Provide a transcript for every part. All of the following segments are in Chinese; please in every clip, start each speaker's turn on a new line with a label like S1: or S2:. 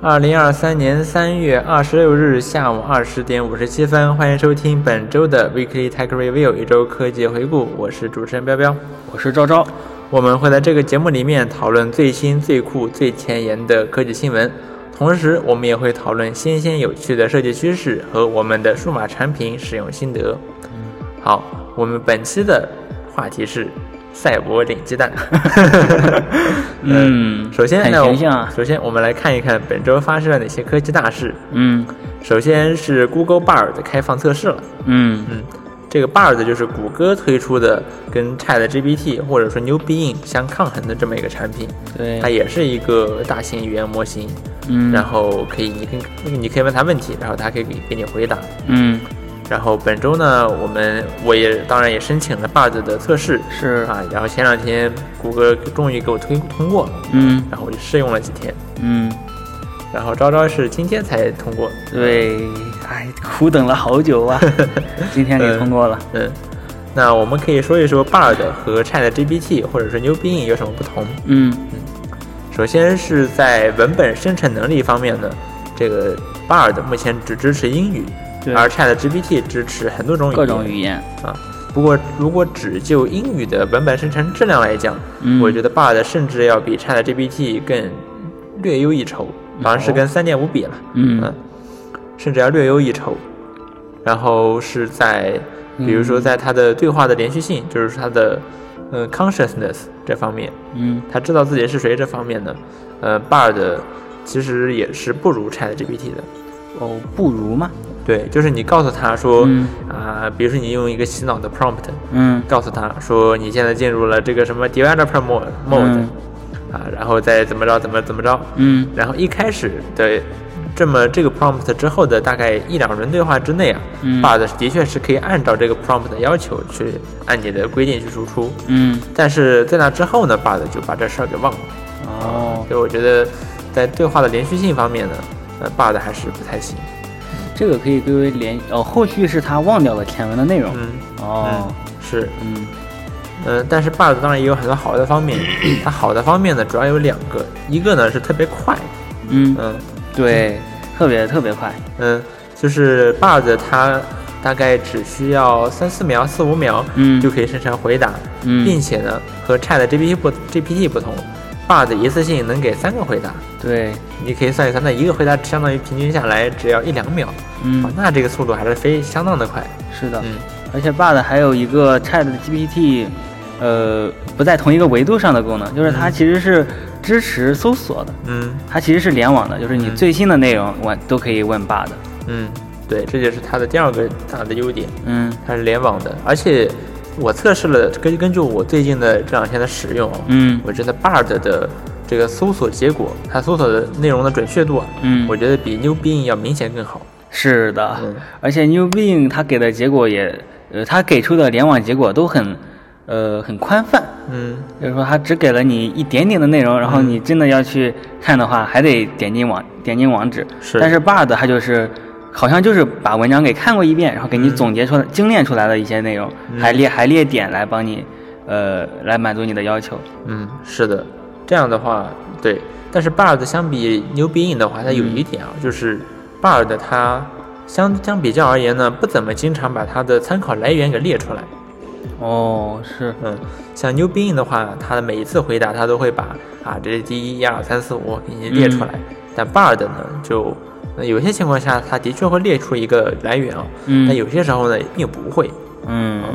S1: 二零二三年三月二十六日下午二十点五十七分，欢迎收听本周的 Weekly Tech Review 一周科技回顾，我是主持人彪彪。
S2: 我是昭昭。
S1: 我们会在这个节目里面讨论最新、最酷、最前沿的科技新闻，同时我们也会讨论新鲜有趣的设计趋势和我们的数码产品使用心得。好，我们本期的话题是赛博领鸡 蛋。呃
S2: 嗯
S1: 首先，
S2: 很
S1: 那我
S2: 形象啊。
S1: 首先我们来看一看本周发生了哪些科技大事。
S2: 嗯
S1: 首先是 Google Bard 的开放测试了。
S2: 嗯
S1: 嗯，这个 Bard 就是谷歌推出的跟 Chat GPT 或者说 New Bing 相抗衡的这么一个产品，它
S2: 对，
S1: 也是一个大型语言模型，
S2: 嗯
S1: 然后可以你跟你可以问它问题，然后它可以给给你回答。
S2: 嗯
S1: 然后本周呢，我们我也当然也申请了 Bard 的测试
S2: 是
S1: 啊，然后前两天谷歌终于给我推通过了，
S2: 嗯
S1: 然后我就试用了几天，
S2: 嗯
S1: 然后昭昭是今天才通过，
S2: 对，哎，苦等了好久 啊，今天给通过了。
S1: 嗯，那我们可以说一说 Bard 和 Chat GPT 或者说 New Bing 有什么不同。
S2: 嗯
S1: 首先是在文本生成能力方面呢，这个 Bard 目前只支持英语，
S2: 对
S1: 而 Chat GPT 支持很多种语言
S2: 各种语言。
S1: 啊。不过，如果只就英语的文本生成质量来讲，
S2: 嗯
S1: 我觉得 Bard 甚至要比 Chat GPT 更略优一筹，当然是跟3.5比了，啊
S2: 嗯
S1: 甚至要略优一筹。然后是在，比如
S2: 嗯
S1: 说在它的对话的连续性，就是它的嗯、呃 consciousness 这方面，
S2: 嗯
S1: 他知道自己是谁这方面呢，呃，Bard 其实也是不如 Chat GPT 的。
S2: 哦，不如嘛。
S1: 对，就是你告诉他说，啊、
S2: 嗯
S1: 比如说你用一个洗脑的 prompt，
S2: 嗯
S1: 告诉他说你现在进入了这个什么 developer mode mode，、
S2: 嗯
S1: 啊，然后再怎么着怎么怎么着，
S2: 嗯
S1: 然后一开始的这么这个 prompt 之后的大概一两轮对话之内啊、
S2: 嗯
S1: b a r d 的确是可以按照这个 prompt 的要求去按你的规定去输出，
S2: 嗯
S1: 但是在那之后呢，Bard 就把这事儿给忘了。
S2: 哦，
S1: 所以我觉得在对话的连续性方面呢，呃，Bard 还是不太行。
S2: 这个可以归为连哦，后续是他忘掉了前文的内容。
S1: 嗯，
S2: 哦，
S1: 是，
S2: 嗯
S1: 嗯、但是 Bard 当然也有很多好的方面，它好的方面呢主要有两个，一个呢是特别快，
S2: 嗯，
S1: 嗯
S2: 对，特别特别快。
S1: 嗯，就是 Bard 它大概只需要三四秒、四五秒
S2: 嗯
S1: 就可以生成回答，
S2: 嗯
S1: 并且呢和 Chat GPT 不 GPT 不同，Bard 一次性能给三个回答。
S2: 对，
S1: 你可以算一算，那一个回答相当于平均下来只要一两秒，啊
S2: 嗯，
S1: 那这个速度还是非相当的快。
S2: 是的。
S1: 嗯，
S2: 而且 Bard 还有一个 Chat GPT，呃，不在同一个维度上的功能，就是它其实是支持搜索的，
S1: 嗯
S2: 它其实是联网的，就是你
S1: 嗯
S2: 最新的内容我都可以问 Bard。
S1: 嗯，对，这就是它的第二个大的优点，
S2: 嗯
S1: 它是联网的。而且我测试了，根根据我最近的这两天的使用啊，
S2: 嗯
S1: 我觉得 Bard 的这个搜索结果，它搜索的内容的准确度啊，
S2: 嗯
S1: 我，觉得比 New Bing 要明显更好。
S2: 是的。
S1: 嗯
S2: 而且 New Bing 它给的结果也，呃，它给出的联网结果都很，呃，很宽泛。
S1: 嗯，
S2: 就是说，它只给了你一点点的内容，然后你真的要去看的话，还得点进网点进网址。
S1: 是
S2: 但是 Bard 它就是好像就是把文章给看过一遍，然后给你总结出来、精炼出来的一些内容，
S1: 嗯
S2: 还列还列点来帮你，呃，来满足你的要求。
S1: 嗯，是的，这样的话，对。但是 Bard 相比 New Bing 的话，它有一点啊，就是 Bard 它相相比较而言呢，不怎么经常把它的参考来源给列出来。
S2: 哦，是，
S1: 嗯，像 New Bing 的话，它的每一次回答，它都会把啊，这是第一、一二、三四、五给你列出来。
S2: 嗯
S1: 但 Bard 呢，就呃有些情况下，它的确会列出一个来源啊、但
S2: 嗯
S1: 有些时候呢，并不会。
S2: 嗯，
S1: 哦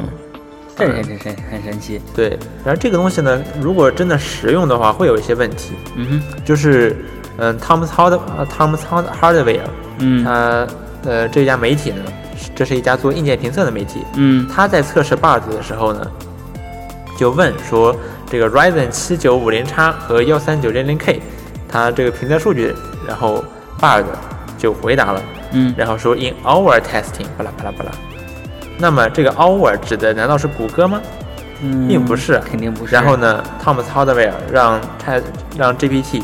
S2: 这个很神很神奇。
S1: 对，然后这个东西呢，如果真的实用的话，会有一些问题，
S2: 嗯
S1: 就是嗯，Thomas Hard 呃 Thomas Hard- Hardware，
S2: 哼，嗯
S1: 它呃这家媒体呢，是这是一家做硬件评测的媒体，
S2: 嗯
S1: 他在测试 Bard 的时候呢，就问说这个 Ryzen 7 9 5 0 x 和1 3 9 0 0 K，它这个评测数据，然后 Bard 就回答了，
S2: 嗯，
S1: 然后说 in our testing，巴拉巴拉巴拉。那么这个 our 指的难道是谷歌吗？
S2: 嗯
S1: 并不是啊
S2: 肯定不是。
S1: 然后呢，Thomas Hardware 让 Chat 让 GPT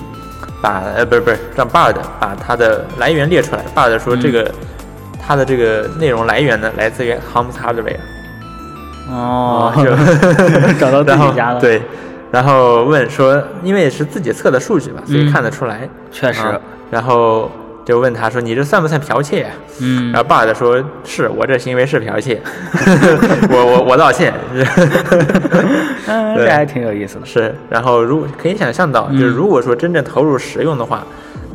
S1: 把呃不是不是让 Bard 把它的来源列出来，Bard
S2: 嗯
S1: 说这个、它的这个内容来源呢来自于 Thomas Hardware。
S2: 哦，
S1: 就
S2: 找到自
S1: 然后
S2: 己家了。，
S1: 对，然后问说，因为是自己测的数据嘛，所以
S2: 嗯
S1: 看得出来。
S2: 确实
S1: 啊然后就问他说：“你这算不算剽窃呀、
S2: 嗯
S1: 然后巴尔的说：“是我这行为是剽窃， 我我我道 歉。
S2: 嗯，
S1: 对
S2: 啊这还挺有嗯意思的”。
S1: 是，然后如果可以想象到，就是如果说真正投入使用的话，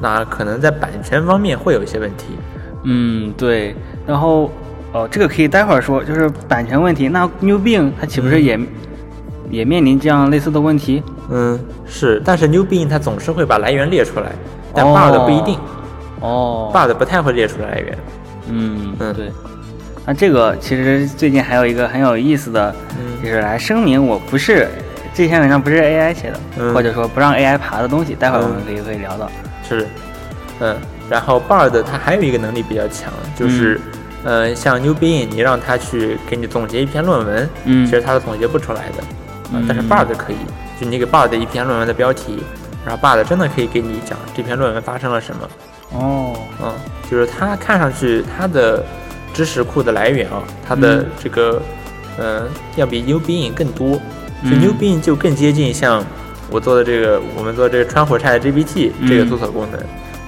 S1: 那可能在版权方面会有一些问题。
S2: 嗯，对。然后，哦，这个可以待会儿说，就是版权问题。那 New Bing 它岂不是也、也面临这样类似的问题？
S1: 嗯，是，但是 New Bing 它总是会把来源列出来，但巴尔的不一定，
S2: 哦，
S1: 巴尔的不太会列出来源。
S2: 嗯，
S1: 嗯
S2: 对。那这个其实最近还有一个很有意思的，
S1: 嗯
S2: 就是来声明我不是这篇文章不是 AI 写的，
S1: 嗯
S2: 或者说不让 AI 爬的东西，待会儿我们
S1: 嗯
S2: 可以会聊到。
S1: 是，嗯，然后 Bard 它还有一个能力比较强，就是，
S2: 嗯
S1: 呃，像 New Bean，你让它去给你总结一篇论文，
S2: 嗯
S1: 其实它是总结不出来的，啊但是
S2: 嗯
S1: Bard 可以，就你给 Bard 一篇论文的标题，然后 Bard 真的可以给你讲这篇论文发生了什么，
S2: 哦，
S1: 嗯，就是它看上去它的知识库的来源啊，它的
S2: 嗯
S1: 这个，嗯、要比 New Bean 更多，就
S2: 嗯
S1: New Bean 就更接近像我做的这个，我们做这个穿火柴 GPT
S2: 嗯
S1: 这个搜索功能，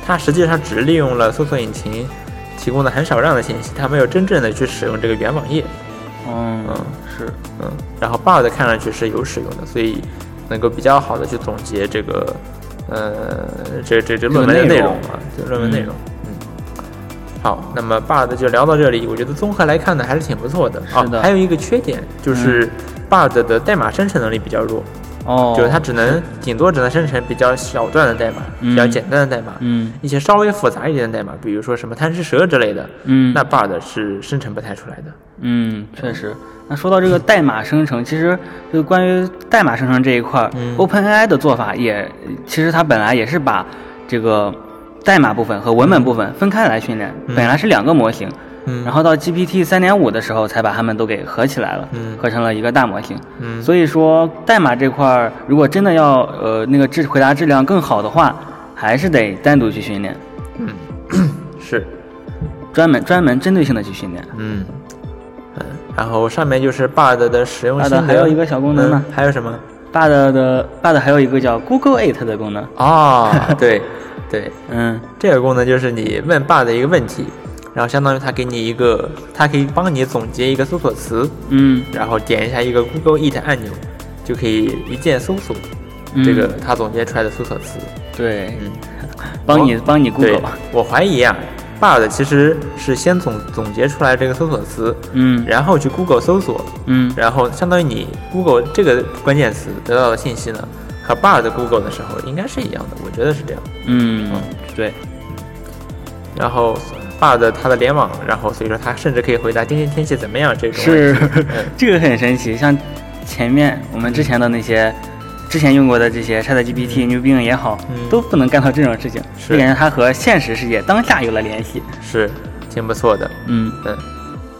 S1: 它实际上只利用了搜索引擎提供的很少量的信息，它没有真正的去使用这个原网页，
S2: 嗯
S1: 嗯，
S2: 是，
S1: 嗯，然后 Bard 看上去是有使用的，所以能够比较好的去总结这个，呃，这这这论文的
S2: 内
S1: 内
S2: 容
S1: 容啊，对论文内容。嗯，好，那么 Bard 就聊到这里，我觉得综合来看呢，还是挺不错的啊
S2: 是。的嗯
S1: 还有一个缺点就是。Bard 的代码生成能力比较弱，
S2: 哦，
S1: 就是它只能顶多只能生成比较小段的代码，
S2: 嗯
S1: 比较简单的代码，
S2: 嗯
S1: 一些稍微复杂一点的代码，比如说什么贪吃蛇之类的，
S2: 嗯
S1: 那 Bard 是生成不太出来的。
S2: 嗯，确实。那说到这个代码生成，其实就是关于代码生成这一块儿、
S1: 嗯
S2: o p e n a i 的做法也，其实它本来也是把这个代码部分和文本部分分开来训练，
S1: 嗯
S2: 本来是两个模型，
S1: 嗯
S2: 然后到 GPT 三点五的时候才把它们都给合起来了，
S1: 嗯
S2: 合成了一个大模型。
S1: 嗯
S2: 所以说代码这块儿，如果真的要呃那个质回答质量更好的话，还是得单独去训练，
S1: 嗯
S2: 嗯
S1: 是，
S2: 专门专门针对性的去训练。
S1: 嗯，嗯，然后上面就是 Bard 的使用
S2: Bard
S1: 心得，
S2: 还有一个小功能呢
S1: 嗯还有什么？
S2: Bard 的 Bard 还有一个叫 Google It 的功能，
S1: 哦，对，对，
S2: 嗯，
S1: 这个功能就是你问 Bard 一个问题，然后相当于它给你一个，它可以帮你总结一个搜索词，
S2: 嗯
S1: 然后点一下一个 Google It 按钮，就可以一键搜索
S2: 嗯
S1: 这个它总结出来的搜索词。
S2: 对，
S1: 嗯
S2: 帮你帮你
S1: 对
S2: Google，，
S1: 我怀疑啊，Bard 其实是先总总结出来这个搜索词，
S2: 嗯
S1: 然后去 Google 搜索，
S2: 嗯
S1: 然后相当于你 Google 这个关键词得到的信息呢，和 Bard Google 的时候应该是一样的，我觉得是这样。
S2: 嗯，对，
S1: 然后 Bard 它的联网，然后所以说它甚至可以回答今天天气怎么样这种问
S2: 是
S1: 题。
S2: 这个很神奇，像前面我们之前的那些。之前用过的这些 ChatGPT、牛冰也好，
S1: 嗯
S2: 都不能干到这种事情，
S1: 是
S2: 就感觉它和现实世界当下有了联系。
S1: 是挺不错的，
S2: 嗯，
S1: 嗯。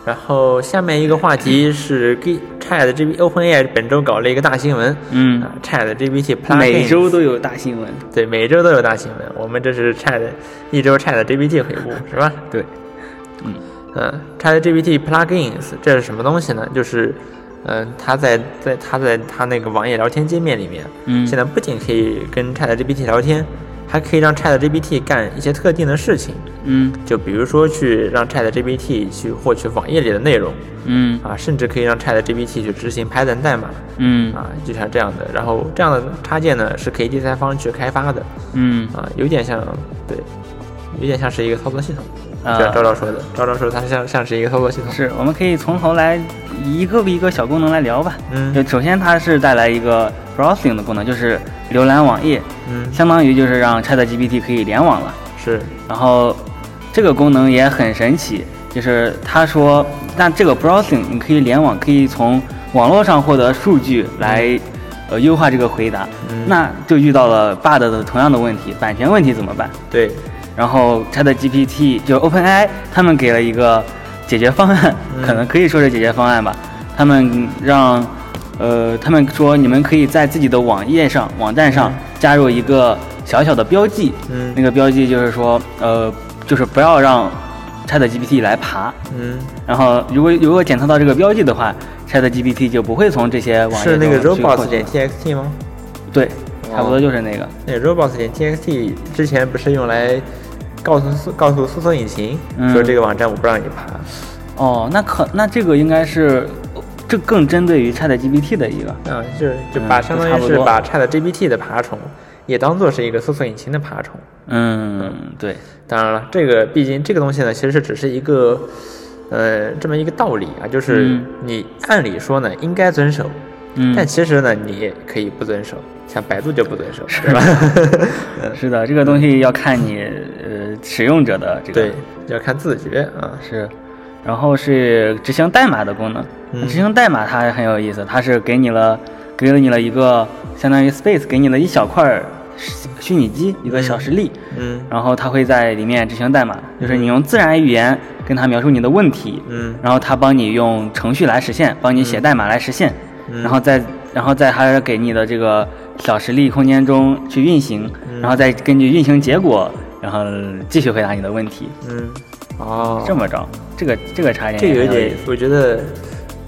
S1: 然后下面一个话题是 G Chat G P OpenAI 本周搞了一个大新闻，
S2: 嗯
S1: 啊，Chat GPT Plugin
S2: 每周都有大新闻。
S1: 对每周都有大新闻，我们这是 Chat 一周 Chat GPT 回顾是吧？
S2: 对，
S1: 嗯，ChatGPT Plugins 这是什么东西呢？就是，嗯，它在在它在它那个网页聊天界面里面，
S2: 嗯
S1: 现在不仅可以跟 ChatGPT 聊天，还可以让 ChatGPT 干一些特定的事情，
S2: 嗯
S1: 就比如说去让 ChatGPT 去获取网页里的内容
S2: 嗯
S1: 啊，甚至可以让 ChatGPT 去执行 Python 代码
S2: 嗯
S1: 啊，就像这样的。然后这样的插件呢是可以第三方去开发的
S2: 嗯
S1: 啊，有点像对，有点像是一个操作系统。
S2: 啊
S1: 就像昭昭说的，昭昭说它像像是一个操作系统。
S2: 是，我们可以从头来一个一个小功能来聊吧。
S1: 嗯
S2: 就首先它是带来一个 browsing 的功能，就是浏览网页，
S1: 嗯，
S2: 相当于就是让 ChatGPT 可以联网了。
S1: 是，
S2: 然后这个功能也很神奇，就是他说，那这个 browsing 你可以联网，可以从网络上获得数据来、呃优化这个回答。
S1: 嗯
S2: 那就遇到了 Bard 的同样的问题，版权问题怎么办？
S1: 对，
S2: 然后 ChatGPT 就是 OpenAI，他们给了一个解决方案，
S1: 嗯
S2: 可能可以说是解决方案吧。他们让呃，他们说你们可以在自己的网页上、网站上加入一个小小的标记，
S1: 嗯
S2: 那个标记就是说呃，就是不要让 ChatGPT 来爬。
S1: 嗯，
S2: 然后如果如果检测到这个标记的话，ChatGPT 就不会从这些网页
S1: 是那个哦
S2: 中去获
S1: robots
S2: 取
S1: 点
S2: 了
S1: txt 吗？
S2: 对，差不多就是那个。
S1: 那个 robots 点 txt 之前不是用来告诉搜告诉搜索引擎
S2: 嗯
S1: 说这个网站我不让你爬，
S2: 哦，那可那这个应该是这更针对于 ChatGPT 的一个。
S1: 嗯，就是就
S2: 嗯
S1: 把
S2: 就
S1: 相当
S2: 差
S1: 于
S2: 不
S1: 是
S2: 多
S1: 把 Chat GPT 的爬虫也当做是一个搜索引擎的爬虫。
S2: 嗯，对，
S1: 当然了，这个毕竟这个东西呢，其实只是一个呃这么一个道理啊，就是
S2: 嗯
S1: 你按理说呢应该遵守，
S2: 嗯
S1: 但，其实呢你也可以不遵守，像百度就不遵守，对 吧？
S2: 是的，这个东西要看你呃使用者的这个
S1: 对，要看自觉啊。
S2: 是，然后是执行代码的功能。
S1: 嗯
S2: 执行代码它很有意思，它是给你了给了你了一个相当于 space 给你了一小块儿虚虚拟机一个小实例，
S1: 嗯
S2: 然后它会在里面执行代码，就是你用自然语言跟它描述你的问题，
S1: 嗯
S2: 然后它帮你用程序来实现，帮你写代码来实现，
S1: 嗯
S2: 然后再然后在它给你的这个小实例空间中去运行，
S1: 嗯
S2: 然后再根据运行结果，然后继续回答你的问题。
S1: 嗯，哦，
S2: 这么着，这个这个插件
S1: 这
S2: 也
S1: 个有
S2: 很有
S1: 点
S2: 意思，
S1: 我觉得，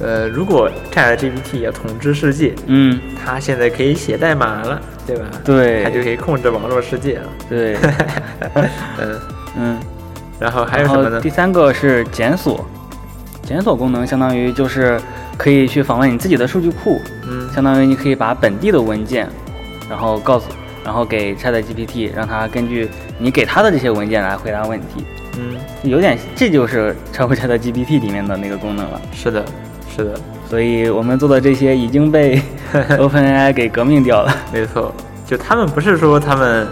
S1: 呃，如果 ChatGPT 要统治世界，
S2: 嗯，
S1: 它现在可以写代码了，对吧？它就
S2: 对
S1: 可以控制网络世界了。
S2: 对，
S1: 嗯，
S2: 嗯，
S1: 然后还有
S2: 然
S1: 什么
S2: 后
S1: 呢
S2: 第？三个是检索，检索功能相当于就是可以去访问你自己的数据库，
S1: 嗯
S2: 相当于你可以把本地的文件，然后告诉，然后给 Chat GPT，让它根据你给它的这些文件来回答问题，
S1: 嗯，
S2: 有点这就是超过 Chat GPT 里面的那个功能了。
S1: 是的，是的，
S2: 所以我们做的这些已经 被 OpenAI 给革命掉了。
S1: 没错。就他们不是说他们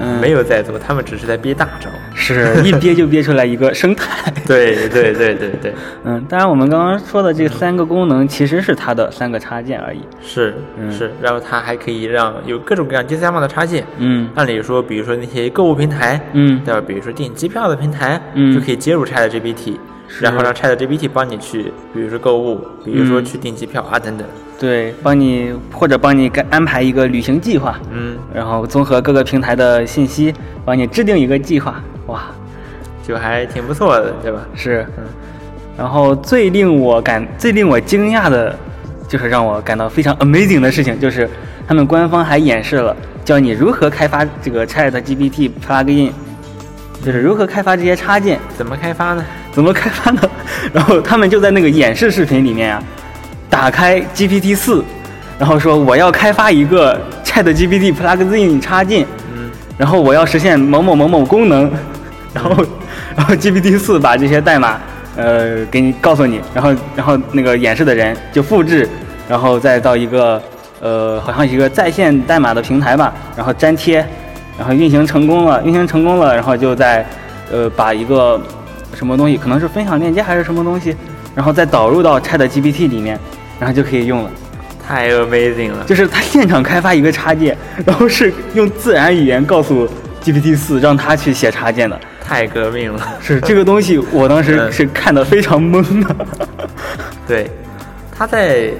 S2: 嗯
S1: 没有在做，他们只是在憋大 招。
S2: 是一憋就憋出来一个 生态。
S1: 对对对对对，
S2: 嗯，当然我们刚刚说的这三个功能其实是它的三个插件而已。
S1: 是
S2: 嗯
S1: 是。然后它还可以让有各种各样第三方的插件。
S2: 嗯
S1: 按理说，比如说那些购物平台，
S2: 嗯
S1: 对吧？比如说订机票的平台，
S2: 嗯
S1: 就可以接入 Chat GPT，
S2: 是
S1: 然后让 Chat GPT 帮你去，比如说购物，比如说
S2: 嗯
S1: 去订机票啊等等。
S2: 对，帮你或者帮你给安排一个旅行计划，
S1: 嗯，
S2: 然后综合各个平台的信息，帮你制定一个计划。哇，
S1: 就还挺不错的，对吧？
S2: 是
S1: 嗯。
S2: 然后最令我感最令我惊讶的，就是让我感到非常 amazing 的事情，就是他们官方还演示了教你如何开发这个 Chat GPT plugin，就是如何开发这些插件。
S1: 怎么开发呢？
S2: 怎么开发呢？ 然后他们就在那个演示视频里面啊，打开 GPT 四，然后说我要开发一个 Chat GPT plugin 插件，
S1: 嗯
S2: 然后我要实现某某某某功能， 然后然后 GPT 四把这些代码呃给你告诉你，然后然后那个演示的人就复制，然后再到一个呃好像一个在线代码的平台吧，然后粘贴，然后运行成功了，运行成功了，然后就在呃把一个什么东西，可能是分享链接还是什么东西，然后再导入到 Chat GPT 里面，然后就可以用了。
S1: 太 amazing 了，
S2: 就是他现场开发一个插件， 然后是用自然语言告诉 GPT 四让他去写插件的。
S1: 太革命了。
S2: 是这个东西，我 当时
S1: 嗯
S2: 是看的非常懵的。
S1: 对，他在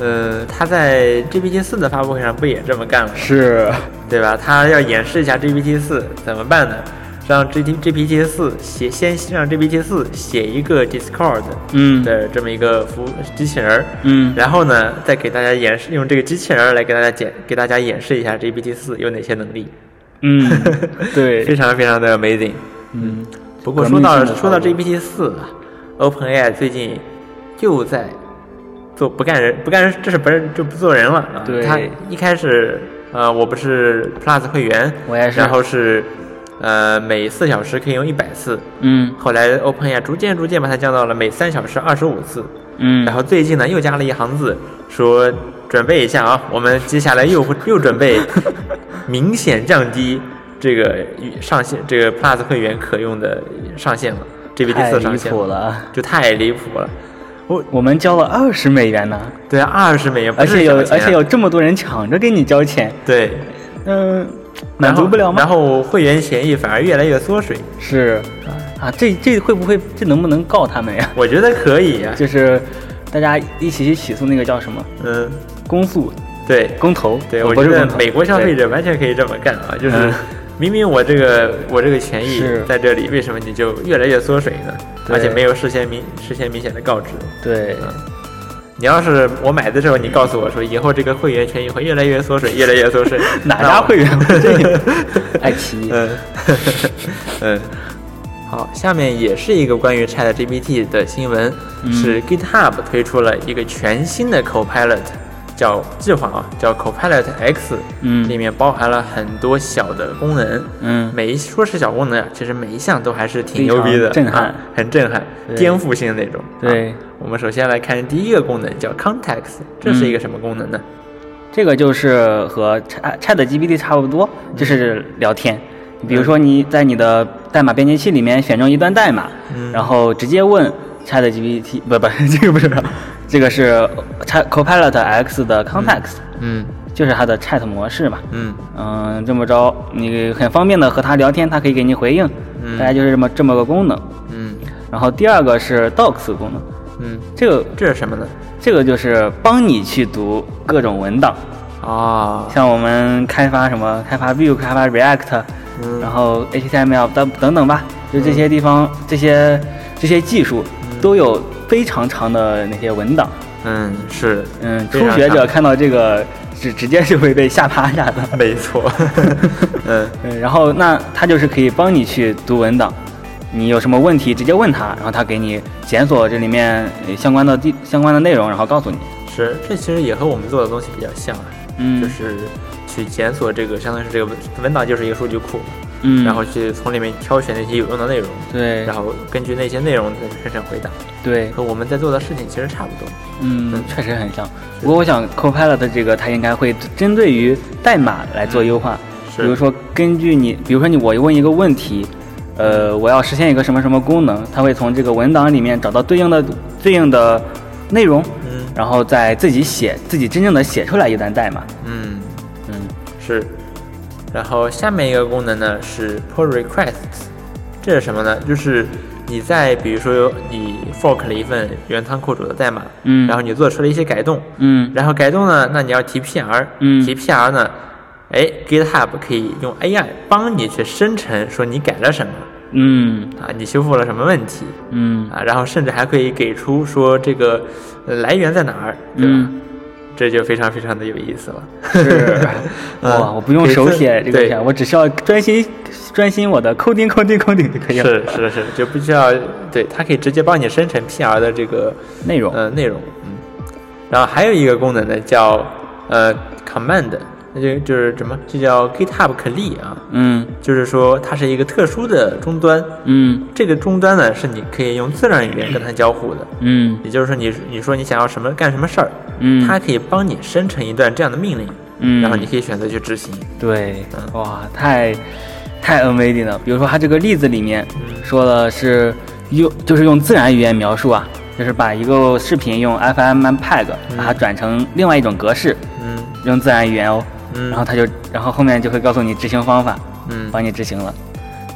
S1: 呃他在 GPT 四的发布会上不也这么干了吗，
S2: 是，
S1: 对吧？他要演示一下 GPT 四怎么办呢？让 G T GPT 四写先让 GPT 四写一个 Discord
S2: 嗯，，
S1: 的这么一个服务机器人儿，
S2: 嗯，
S1: 然后呢，再给大家演示，用这个机器人儿来给大家解给大家演示一下 GPT 四有哪些能力，
S2: 嗯，
S1: 非
S2: 对，
S1: 常非常的 amazing。
S2: 嗯，
S1: 不过
S2: 革
S1: 说
S2: 命
S1: 到
S2: 性的
S1: 说到
S2: 发展
S1: GPT 四啊，OpenAI 最近又在做不干人不干人，这是不是就不做人了啊？
S2: 对
S1: 他一开始呃，我不是 Plus 会员，
S2: 我也是
S1: 然后是呃每四小时可以用一百次，
S2: 嗯，
S1: 后来 OpenAI 逐渐逐渐把它降到了每三小时二十五次，
S2: 嗯，
S1: 然后最近呢又加了一行字说。准备一下啊，我们接下来又会又准 备明显降低这个与上限，这个 Plus 会员可用的上限了，GPT
S2: 太
S1: 四
S2: 离
S1: 上限
S2: 谱了，
S1: 就太离谱了。我
S2: 我们交了二十美元呢，
S1: 对啊，二十美元不
S2: 而
S1: 是
S2: 且有
S1: 小钱啊
S2: 而且有这么多人抢着给你交钱，
S1: 对
S2: 嗯、满足不了吗？
S1: 然后然后会员协议反而越来越缩水，
S2: 是，啊，这这会不会这能不能告他们呀？
S1: 我觉得可以啊。
S2: 就是大家一起去起诉那个叫什么
S1: 嗯，
S2: 公诉
S1: 对
S2: 公投，
S1: 对，
S2: 呃
S1: 我
S2: 不
S1: 觉
S2: 是
S1: 得
S2: 公投
S1: 美国消费
S2: 对
S1: 者完全可以这么干啊，就是
S2: 嗯
S1: 明明我这个我这个权益
S2: 是
S1: 在这里，为什么你就越来越缩水呢？
S2: 对
S1: 而且没有事先明事先明显的告知。
S2: 对
S1: 嗯，你要是我买的时候，你告诉我说以后这个会员权益会越来越缩水，越来越缩水，
S2: 哪
S1: 那
S2: 家
S1: 我
S2: 会员会这样？ 爱奇艺，
S1: 嗯， 嗯，好，下面也是一个关于 Chat GPT 的新闻，
S2: 嗯
S1: 是 GitHub 推出了一个全新的 Copilot，叫计划啊，叫 Copilot X，
S2: 嗯
S1: 里面包含了很多小的功能，
S2: 嗯
S1: 每一说是小功能啊，其实每一项都还是挺
S2: 非
S1: 牛逼
S2: 常
S1: 的，
S2: 震撼
S1: 啊很震撼，
S2: 对
S1: 颠覆性那种。
S2: 对
S1: 啊我们首先来看第一个功能叫 Context，这是一个什么功能呢？
S2: 这个就是和 Chat 啊 Chat GPT 差不多，就是聊天。
S1: 嗯
S2: 比如说你在你的代码编辑器里面选中一段代码，
S1: 嗯
S2: 然后直接问 Chat GPT，不 不，这个不是，这个是 Chat Copilot X 的 Context，、
S1: 嗯
S2: 就是它的 Chat 模式嘛。
S1: 嗯
S2: 嗯，这么着你很方便的和它聊天，它可以给你回应，
S1: 嗯
S2: 大概就是这么这么个功能。
S1: 嗯
S2: 然后第二个是 Docs 功能，
S1: 嗯，
S2: 这个
S1: 这是什么呢？
S2: 这个就是帮你去读各种文档，
S1: 啊、
S2: 像我们开发什么开发 Vue、开发 React，、
S1: 嗯
S2: 然后 HTML 等等等吧，就这些地方、这些这些技术都有非常长的那些文档。
S1: 嗯，是，
S2: 嗯，
S1: 非
S2: 初
S1: 常
S2: 学者
S1: 长
S2: 看到这个直直接就会被吓趴下的。
S1: 没错， 嗯
S2: 嗯，然后那它就是可以帮你去读文档，你有什么问题直接问他，然后他给你检索这里面呃相关的地相关的内容，然后告诉你。
S1: 是，这其实也和我们做的东西比较像啊，
S2: 嗯
S1: 就是去检索这个，相当于是这个文文档就是一个数据库，
S2: 嗯，
S1: 然后去从里面挑选那些有用的内容，
S2: 对，
S1: 然后根据那些内容再去生成回答，
S2: 对，
S1: 和我们在做的事情其实差不多。
S2: 嗯，确实很像。不过我想 Copilot 这个它应该会针对于代码来做优化，
S1: 是
S2: 比如说根据你，比如说你我问一个问题，呃，我要实现一个什么什么功能，它会从这个文档里面找到对应的对应的内容，
S1: 嗯
S2: 然后再自己写自己真正的写出来一段代码。
S1: 嗯，
S2: 嗯，
S1: 是。然后下面一个功能呢是 pull requests，这是什么呢？就是你在比如说你 fork 了一份原仓库主的代码，
S2: 嗯
S1: 然后你做出了一些改动，
S2: 嗯
S1: 然后改动呢，那你要提 PR，
S2: 嗯
S1: 提 PR 呢，哎，GitHub 可以用 AI 帮你去生成，说你改了什么
S2: 嗯
S1: 啊，你修复了什么问题
S2: 嗯
S1: 啊，然后甚至还可以给出说这个呃来源在哪儿，对吧？
S2: 嗯
S1: 这就非常非常的有意思了。，
S2: 是
S1: 嗯
S2: 哇，我不用手写这个
S1: 对
S2: 事儿，我只需要专心专心我的 coding coding coding 就可以了。
S1: 是是是，就不需要对，它可以直接帮你生成 PR 的这个
S2: 内容，
S1: 呃内容，嗯。然后还有一个功能呢，叫呃 command，那就就是什么，这叫 GitHub Cli 啊，
S2: 嗯
S1: 就是说它是一个特殊的终端，
S2: 嗯
S1: 这个终端呢是你可以用自然语言跟它交互的，
S2: 嗯
S1: 也就是说你你说你想要什么干什么事儿，
S2: 嗯
S1: 它可以帮你生成一段这样的命令，
S2: 嗯，
S1: 然后你可以选择去执行。
S2: 对，
S1: 嗯
S2: 哇，太太 amazing 了。比如说它这个例子里面
S1: 嗯
S2: 说的是用，就是用自然语言描述啊，就是把一个视频用 FMPEG 把它转成另外一种格式，
S1: 嗯
S2: 用自然语言哦，
S1: 嗯
S2: 然后它就，然后后面就会告诉你执行方法，
S1: 嗯，
S2: 帮你执行了，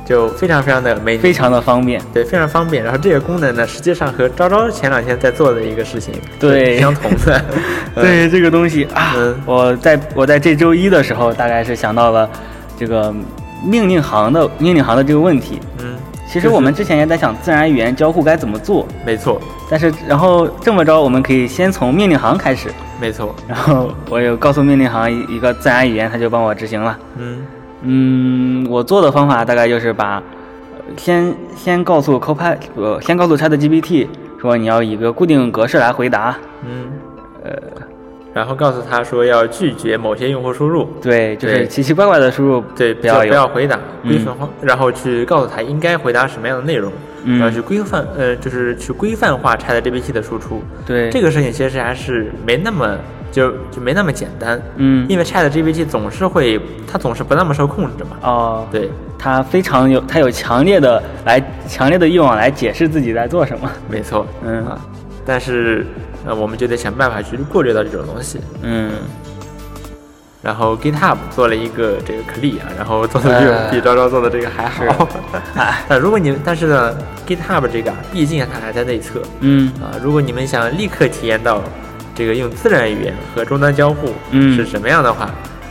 S1: 就非常非常的美，
S2: 非常的方便。
S1: 对，非常方便。然后这个功能呢，实际上和昭昭前两天在做的一个事情
S2: 对
S1: 是相同 的。嗯，
S2: 对这个东西啊，
S1: 嗯
S2: 我在我在这周一的时候，大概是想到了这个命令行的命令行的这个问题。
S1: 嗯，
S2: 其实我们之前也在想自然语言交互该怎么做，
S1: 没错，
S2: 但是然后这么着，我们可以先从命令行开始，
S1: 没错。
S2: 然后我有告诉命令行一一个自然语言，它就帮我执行了。
S1: 嗯
S2: 嗯，我做的方法大概就是把，呃先先告诉 Copilot，呃，先告诉 ChatGPT 说你要以一个固定格式来回答，
S1: 嗯，呃，然后告诉他说要拒绝某些用户输入，
S2: 对，就是
S1: 对
S2: 奇奇怪怪的输入，
S1: 对，
S2: 不
S1: 就
S2: 要
S1: 不要
S2: 有，
S1: 回答，
S2: 嗯
S1: 规范化，然后去告诉他应该回答什么样的内容，
S2: 嗯
S1: 然后去规范，呃，就是去规范化 ChatGPT 的输出。
S2: 对，
S1: 这个事情其实还是没那么就就没那么简单，
S2: 嗯
S1: 因为 ChatGPT 总是会，它总是不那么受控制嘛。
S2: 哦，
S1: 对，
S2: 它非常有，它有强烈的来强烈的欲望来解释自己在做什么，
S1: 没错，
S2: 嗯
S1: 啊，但是呃，我们就得想办法去过滤到这种东西。
S2: 嗯，
S1: 然后 GitHub 做了一个这个 Cli 啊，然后做的这个
S2: 哎
S1: 比昭昭做的这个还好。
S2: 哎
S1: 但如果你但是呢，GitHub 这个啊毕竟它还在内测
S2: 嗯
S1: 啊，如果你们想立刻体验到这个用自然语言和终端交互
S2: 嗯
S1: 是什么样的话，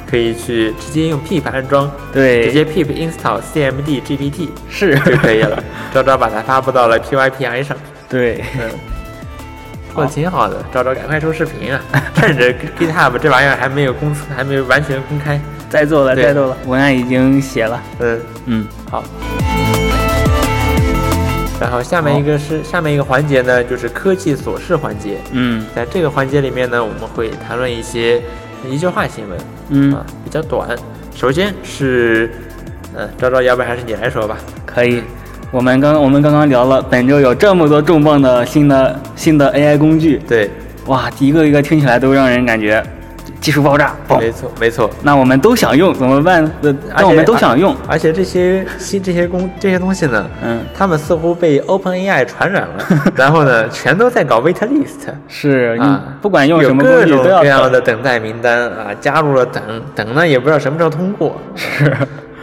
S1: 可以去直接用 pip 安装，
S2: 对，
S1: 直接 pip install cmd gpt
S2: 是，
S1: 就可以了。昭昭把它发布到了 PYPI 上，
S2: 对，
S1: 嗯，做的挺好的，找找赶快出视频啊！ 趁着 GitHub 这玩意儿还没有公出，还没有完全公开，
S2: 再做了，
S1: 对
S2: 再做了，文案已经写了，
S1: 嗯，
S2: 嗯，
S1: 好。然后下面一个是下面一个环节呢，就是科技琐事环节。
S2: 嗯
S1: 在这个环节里面呢，我们会谈论一些一句话新闻，
S2: 嗯
S1: 啊，，比较短。首先是，嗯、昭昭，要不然还是你来说吧。
S2: 可以。我们刚我们刚刚聊了，本周有这么多重磅的新的新的 AI 工具，
S1: 对，
S2: 哇，一个一个听起来都让人感觉技术爆炸，
S1: 没
S2: 嘣！
S1: 错，没错。
S2: 那我们都想用怎么办？呃
S1: 而且啊
S2: 那我们都想用，
S1: 而且这些新这些工这些东西呢，
S2: 嗯，
S1: 他们似乎被 OpenAI 传染 了，然后呢，全都在搞 wait list。
S2: 是你
S1: 啊，
S2: 不管用
S1: 有
S2: 什么
S1: 各
S2: 工具
S1: 种
S2: 都
S1: 各
S2: 要
S1: 样的等待名单啊，加入了等等呢，也不知道什么时候通过
S2: 是
S1: 啊。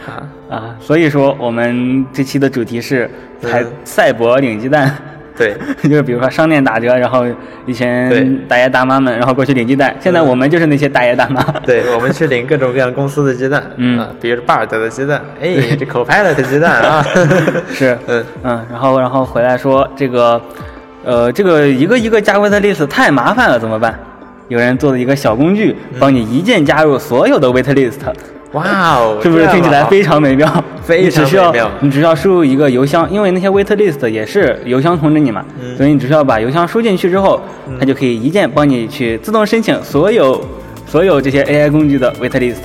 S2: 啊，所以说我们这期的主题是
S1: 嗯
S2: 还赛博领鸡蛋。
S1: 对，
S2: 就是比如说商店打折，然后以
S1: 对嗯
S2: 前大爷大妈们，然后过去领鸡蛋。现在我们就是那些大爷大妈。
S1: 对，我们去领各种各样公司的鸡蛋，
S2: 嗯
S1: 啊，比如巴尔德的鸡蛋，哎，这 Copilot 的鸡蛋啊，
S2: 是，
S1: 嗯，
S2: 嗯，然后然后回来说这个，呃，这个一个一个加 wait list 太麻烦了，怎么办？有人做了一个小工具，
S1: 嗯
S2: 帮你一键加入所有的 wait list，、
S1: 哇哦，
S2: 是不是
S1: 这样
S2: 听起来
S1: 啊
S2: 非常美妙？
S1: 非
S2: 你只需要
S1: 常美妙
S2: 你只需要输入一个邮箱，因为那些 wait list 也是邮箱通知你嘛，
S1: 嗯
S2: 所以你只需要把邮箱输进去之后，它就可以一键帮你去自动申请所有所有这些 AI 工具的 wait list，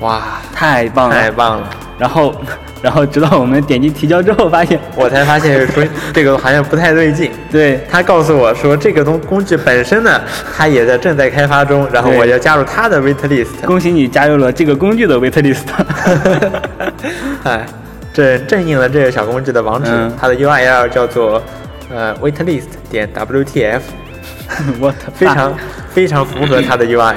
S1: 哇，
S2: 太棒了！
S1: 太棒了！
S2: 然后然后直到我们点击提交之后，发现
S1: 我才发现说这个好像不太对劲。
S2: 对
S1: 他告诉我说，这个东工具本身呢，它也在正在开发中，然后
S2: 对
S1: 我要加入它的 wait list。
S2: 恭喜你加入了这个工具的 wait list。
S1: 哎，这正应了这个小工具的网址，
S2: 嗯
S1: 它的 URL 叫做呃 wait list 点 WTF，
S2: 我
S1: 非
S2: 啊
S1: 常、非常符合它的 URL。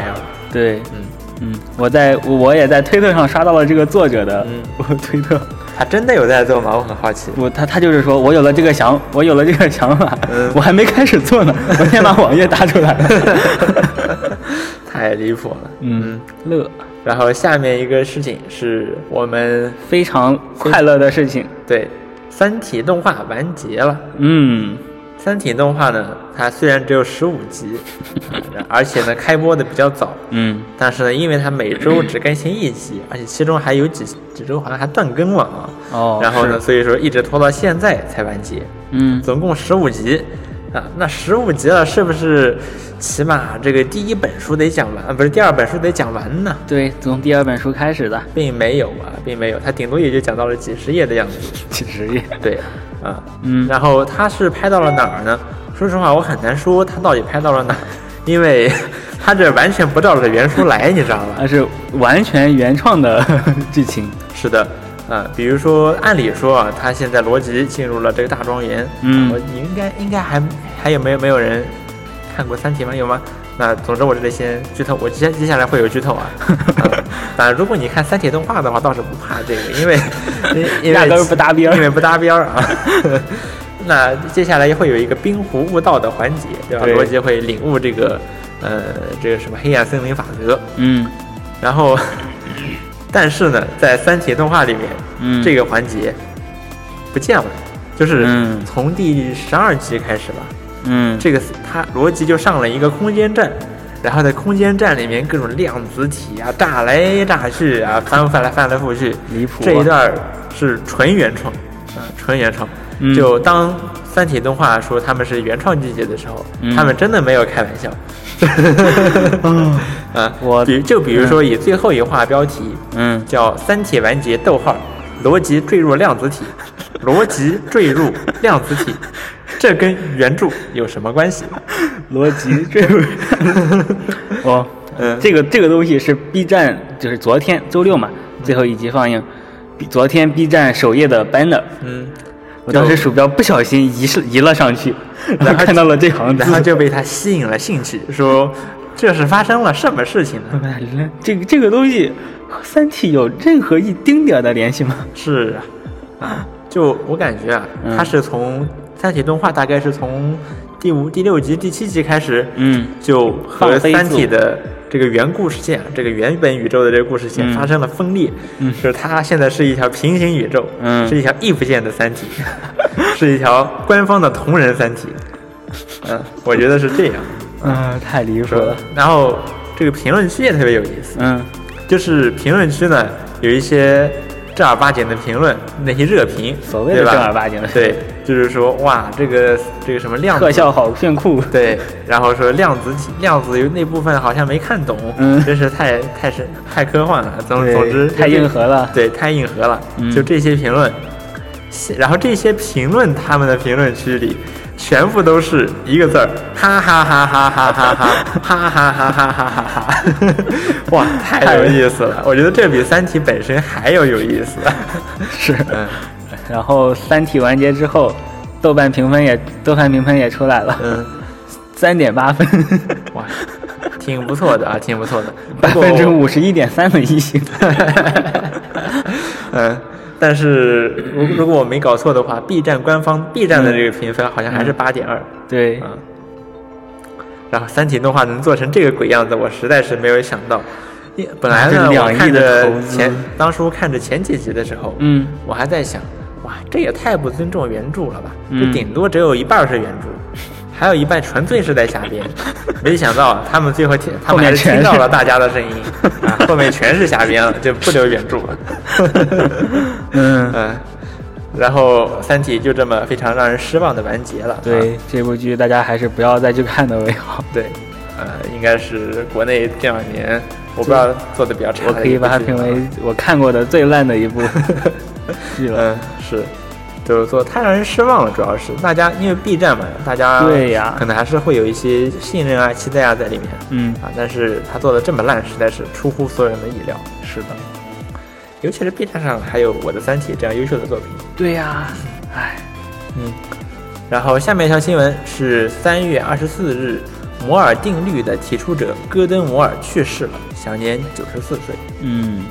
S2: 对，
S1: 嗯，
S2: 嗯，我在我我也在推特上刷到了这个作者的，
S1: 嗯
S2: 我推特，
S1: 它真的有在做吗？我很好奇。
S2: 我他他就是说我有了这个想，我有了这个想法，
S1: 嗯
S2: 我还没开始做呢，我先把网页打出来。
S1: 太离谱了。
S2: 嗯，乐，
S1: 然后下面一个事情是我们
S2: 非常快乐的事情。
S1: 对《三体》动画完结了。
S2: 嗯，
S1: 《三体》动画呢，它虽然只有十五 集，啊而且呢开播的比较早，
S2: 嗯，
S1: 但是呢，因为它每周只更新一集，而且其中还有几几周好像还断更了啊。
S2: 哦
S1: 然后呢，
S2: 是
S1: 所以说一直拖到现在才完结，
S2: 嗯，
S1: 总共十五集。啊，那十五集了，是不是起码这个第一本书得讲完，啊不是第二本书得讲完呢？
S2: 对，从第二本书开始的，
S1: 并没有啊，并没有，它顶多也就讲到了几十页的样子。
S2: 其实也，
S1: 对，啊，
S2: 嗯
S1: 然后他是拍到了哪儿呢？说实话，我很难说他到底拍到了哪儿，因为 他这完全不照着原书来，你知道吧？
S2: 它是完全原创的 剧情。
S1: 是的，啊，比如说，按理说啊，他现在罗辑进入了这个大庄园，
S2: 嗯
S1: 我应该应该还还有没有没有人看过《三体》吗？有吗？那总之我这里先剧透，我接接下来会有剧 透啊。啊啊，如果你看《三体》动画的话，倒是不怕这个， 因为因为因为
S2: 压根儿不搭边儿
S1: 因为不搭边儿啊。 那接下来会有一个冰壶悟道的环节，对吧？
S2: 对
S1: 罗辑会领悟这个呃这个什么黑暗森林法则，
S2: 嗯
S1: 然后 但是呢，在《三体》动画里面，
S2: 嗯
S1: 这个环节不见了。就是
S2: 嗯
S1: 从第十二集开始吧，
S2: 嗯，
S1: 这个他罗辑就上了一个空间站，然后在空间站里面各种量子体啊炸来炸去啊翻翻来翻来覆去，
S2: 离谱啊
S1: 这一段儿是纯原创，啊、纯原创。
S2: 嗯
S1: 就当《三体》动画说他们是原创季节的时候，
S2: 嗯
S1: 他们真的没有开玩 笑。 啊，
S2: 我
S1: 比就比如说以最后一话标题，
S2: 嗯
S1: 叫《三体》完结，逗号，逻辑坠入量子体，逻辑坠入量子体，这跟原著有什么关系？
S2: 逻 辑这个，哦，
S1: 嗯
S2: 这个这个东西是 B 站，就是昨天周六嘛，最后一集放映，B- 昨天 B 站首页的 banner，
S1: 嗯，
S2: 我
S1: 就
S2: 当时鼠标不小心移是移了上去，
S1: 然
S2: 然
S1: 后
S2: 后 看到了这行字
S1: 然，后就被他吸引了兴趣，说这是发生了什么事情呢？
S2: 哎这个这个东西和《三体》有任何一丁点儿的联系吗？
S1: 是啊，啊，就我感觉啊，
S2: 嗯
S1: 他是从《三体》动画大概是从第五、第六集、第七集开始，
S2: 嗯
S1: 就和
S2: 放
S1: 《
S2: 飞
S1: 三
S2: 自
S1: 体》
S2: 我
S1: 的这个原故事线，这个原本宇宙的这个故事线
S2: 嗯
S1: 发生了分裂，
S2: 嗯
S1: 就是它现在是一条平行宇宙，
S2: 嗯
S1: 是一条 if 线的《三体》，是一条官方的同人《三体》，嗯， 我觉得是这样。
S2: 嗯，太离谱
S1: 说
S2: 了。，
S1: 然后这个评论区也特别有意思，
S2: 嗯
S1: 就是评论区呢有一些正儿八经的评论，那些热评，
S2: 所谓的
S1: 对吧
S2: 正儿八经的
S1: 对，就是说哇，这个这个什么量子
S2: 特效好炫酷。
S1: 对，然后说量子起量子有那部分好像没看懂，
S2: 嗯
S1: 真是太太神太科幻了。总嗯
S2: 对
S1: 总之
S2: 太
S1: 就是
S2: 硬核了
S1: 对，太硬核了。
S2: 嗯
S1: 就这些评论，然后这些评论他们的评论区里。全部都是一个字儿，哈哈哈哈哈哈哈哈哈哈哈哈哈哈！哇，太有意思了！我觉得这比《三体》本身还要有意思。
S2: 是。
S1: 嗯
S2: 然后《三体》完结之后，豆瓣评分也豆瓣评分也出来了，
S1: 嗯，
S2: 三点八分，
S1: 哇，挺不错的啊，挺不错 的。
S2: 百
S1: 不过
S2: 分之五十一点三的一星。
S1: 嗯，但是如如果我没搞错的话，B 站官方 B 站的这个评分好像还
S2: 嗯
S1: 是八点二。
S2: 对，
S1: 嗯，然后《三体》动画能做成这个鬼样子，我实在是没有想到。因本来
S2: 啊这
S1: 呢，
S2: 两
S1: 我
S2: 亿
S1: 看
S2: 的
S1: 着
S2: 投资
S1: 前当初看着前几集的时候，
S2: 嗯，
S1: 我还在想，哇，这也太不尊重原著了吧？
S2: 嗯
S1: 这顶多只有一半是原著，还有一半纯粹是在瞎编。 没想到他们最后听，他
S2: 后
S1: 们
S2: 面
S1: 还是
S2: 全
S1: 听到
S2: 是
S1: 了大家的声音，啊，后面全是瞎编了，就不留原著了。
S2: 嗯，
S1: 嗯，然后《三体》就这么非常让人失望的完结了。啊
S2: 对，这部剧大家还是不要再去看的为好。
S1: 对，呃，应该是国内这两年我不知道做的比较差的
S2: 我
S1: 一部剧。啊
S2: 可以把嗯它评为我看过的最烂的 一部剧了。
S1: 嗯是，就是说太让人失望了，主要是大家因为 B 站嘛，大家
S2: 对呀
S1: 可能还是会有一些信任啊、期待啊在里面。
S2: 嗯，
S1: 啊，但是他做的这么烂，实在是出乎所有人的意料。
S2: 是的，
S1: 尤其是 B 站上还有《我的三体》这样优秀的作品。
S2: 对呀，唉，
S1: 嗯然后下面一条新闻是三月二十四日，摩尔定律的提出者戈登·摩尔去世了，享年九十四岁。
S2: 嗯，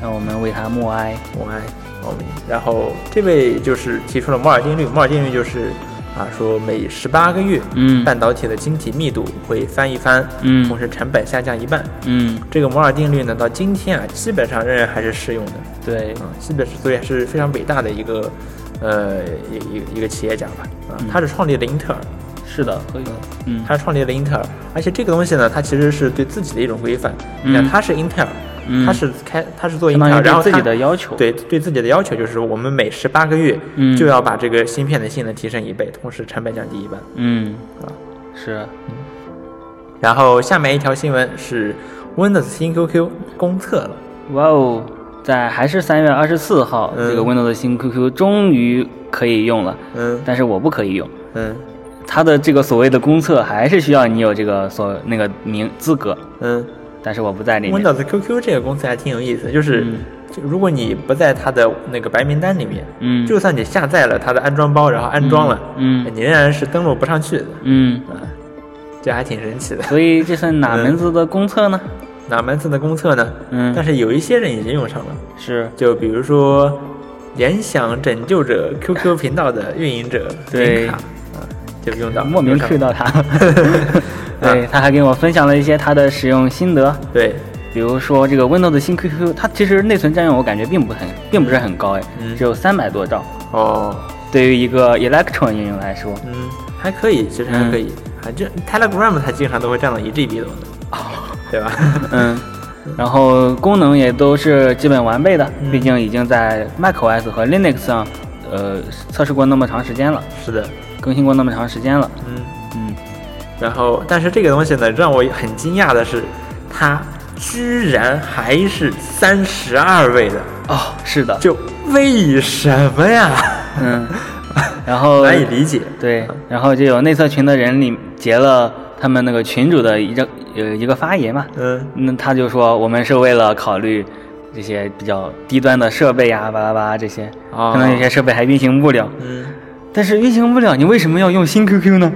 S2: 让我们为他默哀。
S1: 我爱我们。然后这位就是提出了摩尔定律，摩尔定律就是啊，说每十八个月，
S2: 嗯
S1: 半导体的晶体密度会翻一番，
S2: 嗯
S1: 同时成本下降一半。
S2: 嗯，
S1: 这个摩尔定律呢，到今天啊，基本上仍然还是适用的。
S2: 对，
S1: 啊，西本是所以还是非常伟大的一个，呃，一一个一个企业家吧。啊，他是创立了英特尔，
S2: 是的，会有。嗯，
S1: 他创立了英特尔，而且这个东西呢，它其实是对自己的一种规范。你看，
S2: 嗯
S1: 他是英特尔，
S2: 嗯
S1: 他是开，他是做英
S2: 相
S1: 特
S2: 当
S1: 尔，
S2: 于
S1: 然后
S2: 对自
S1: 它
S2: 己的要求。，
S1: 对对自己的要求就是，我们每十八个月
S2: 嗯
S1: 就要把这个芯片的性能提升一倍，同时成本降低一半。
S2: 嗯，
S1: 啊，
S2: 是，
S1: 然后下面一条新闻是 Windows 新 QQ 公测了，
S2: 哇哦，在还是三月二十四号，
S1: 嗯
S2: 这个 Windows 新 QQ 终于可以用了，
S1: 嗯
S2: 但是我不可以用。
S1: 嗯
S2: 它的这个所谓的公测还是需要你有这个所那个名资格，
S1: 嗯
S2: 但是我不在里面。
S1: ，Windows QQ 这个公司还挺有意思，就是、
S2: 嗯
S1: 就如果你不在它的那个白名单里面，
S2: 嗯
S1: 就算你下载了它的安装包，然后安装了，
S2: 嗯嗯
S1: 你仍然是登录不上去的，
S2: 嗯，
S1: 啊，这还挺神奇的。
S2: 所以这算哪
S1: 嗯
S2: 门子的公测呢？
S1: 哪门子的公测呢？
S2: 嗯
S1: 但是有一些人已经用上了，
S2: 是
S1: 就比如说联想拯救者 QQ 频道的运营者
S2: 对
S1: 林卡，啊，就用到
S2: 莫名 Q
S1: 到
S2: 到他。 对，他还给我分享了一些他的使用心得，
S1: 对，
S2: 比如说这个 Windows 新 QQ，它其实内存占用我感觉并不很，并不是很高哎，
S1: 嗯
S2: 只有三百多兆。
S1: 哦，
S2: 对于一个 Electron 应用来说，
S1: 嗯，还可以，其实还可以，
S2: 嗯
S1: 还这 Telegram 它经常都会占到一 GB 多呢，
S2: 哦
S1: 对吧？
S2: 嗯，然后功能也都是基本完备的，
S1: 嗯
S2: 毕竟已经在 macOS 和 Linux 上，呃，测试过那么长时间了，
S1: 是的，
S2: 更新过那么长时间了。
S1: 嗯。
S2: 嗯，
S1: 然后，但是这个东西呢，让我很惊讶的是，它居然还是三十二位的，
S2: 哦，是的，
S1: 就为什么呀？
S2: 嗯，然后
S1: 难以理解。
S2: 对，然后就有内测群的人里截了他们那个群主的一张呃一个发言嘛，
S1: 嗯，
S2: 那他就说我们是为了考虑这些比较低端的设备啊呀、巴拉巴拉这些，
S1: 哦
S2: 可能有些设备还运行不了。
S1: 嗯，
S2: 但是运行不了，你为什么要用新 QQ 呢？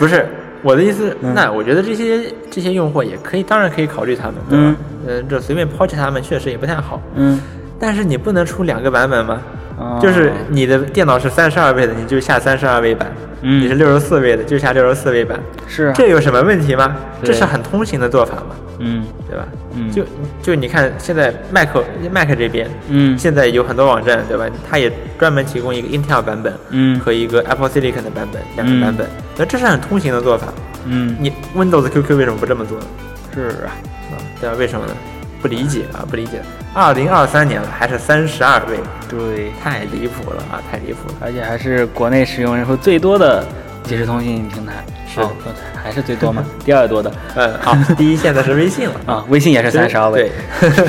S1: 不是我的意思，
S2: 嗯
S1: 那我觉得这些这些用户也可以，当然可以考虑他们，对呃吧？嗯，这随便抛弃他们确实也不太好，
S2: 嗯，
S1: 但是你不能出两个版本吗？
S2: 哦
S1: 就是你的电脑是三十二位的，你就下三十二位版；
S2: 嗯
S1: 你是六十四位的，就下六十四位版。
S2: 是啊
S1: 这有什么问题吗？
S2: 对
S1: 这是很通行的做法嘛，
S2: 嗯
S1: 对吧？
S2: 嗯
S1: 就就你看现在 Mac Mac 这边，
S2: 嗯
S1: 现在有很多网站，对吧？它也专门提供一个 Intel 版本，
S2: 嗯
S1: 和一个 Apple Silicon 的版本，两
S2: 嗯
S1: 个版本。那这是很通行的做法。
S2: 嗯
S1: 你 Windows QQ 为什么不这么做呢？
S2: 是啊，
S1: 啊，对吧？为什么呢？不理解啊，不理解。二零二三年了，还是三十二位，
S2: 对，
S1: 太离谱了啊，太离谱了。
S2: 而且还是国内使用人数最多的即时通信平台，
S1: 是
S2: 哦还是最多 嘛，第二多的
S1: 嗯，好，第一现在是微信了。
S2: 啊，微信也是 三十二位，
S1: 对，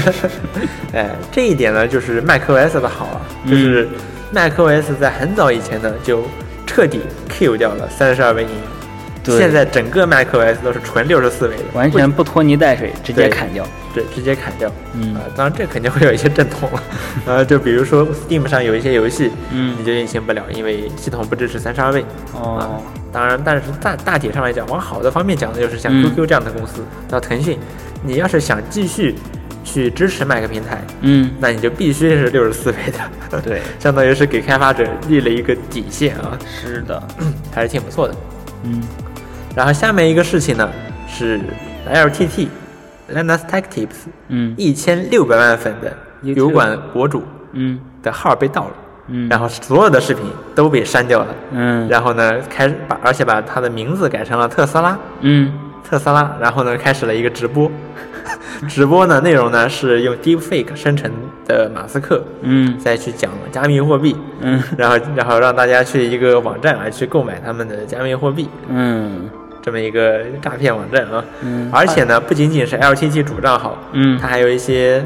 S1: 哎，这一点呢，就是 macOS 的好啊，
S2: 嗯
S1: 就是 macOS 在很早以前呢就彻底 Q 掉了三十二位应
S2: 对
S1: 用，现在整个 macOS 都是纯六十四位的，
S2: 完全不拖泥带水，直接
S1: 对
S2: 砍掉。
S1: 对，直接砍掉。
S2: 嗯
S1: 啊、当然这肯定会有一些阵痛了，呃， 就比如说 Steam 上有一些游戏，
S2: 嗯
S1: 你就运行不了，因为系统不支持三十二位。
S2: 哦
S1: 啊当然，但是大大体上来讲，往好的方面讲的就是像
S2: 嗯
S1: QQ 这样的公司，到腾讯，你要是想继续去支持 Mac 平台，
S2: 嗯，
S1: 那你就必须是六十四位的，
S2: 对，
S1: 相当于是给开发者立了一个底线啊，
S2: 是的，
S1: 还是挺不错的。
S2: 嗯
S1: 然后下面一个事情呢是 LTT Linus Tech Tips
S2: 嗯
S1: 一千六百万粉的
S2: YouTube
S1: 油管博主
S2: 嗯
S1: 的号被盗了，
S2: 嗯
S1: 然后所有的视频都被删掉了，
S2: 嗯
S1: 然后呢开始把而且把他的名字改成了特斯拉，
S2: 嗯
S1: 特斯拉，然后呢开始了一个直 播，直播呢内容呢是用 Deepfake 生成的马斯克，
S2: 嗯
S1: 再去讲加密货币，
S2: 嗯
S1: 然后然后让大家去一个网站来去购买他们的加密货币，
S2: 嗯
S1: 这么一个诈骗网站啊。
S2: 嗯
S1: 而且呢，不仅仅是 LTT 主账号，
S2: 嗯
S1: 它还有一些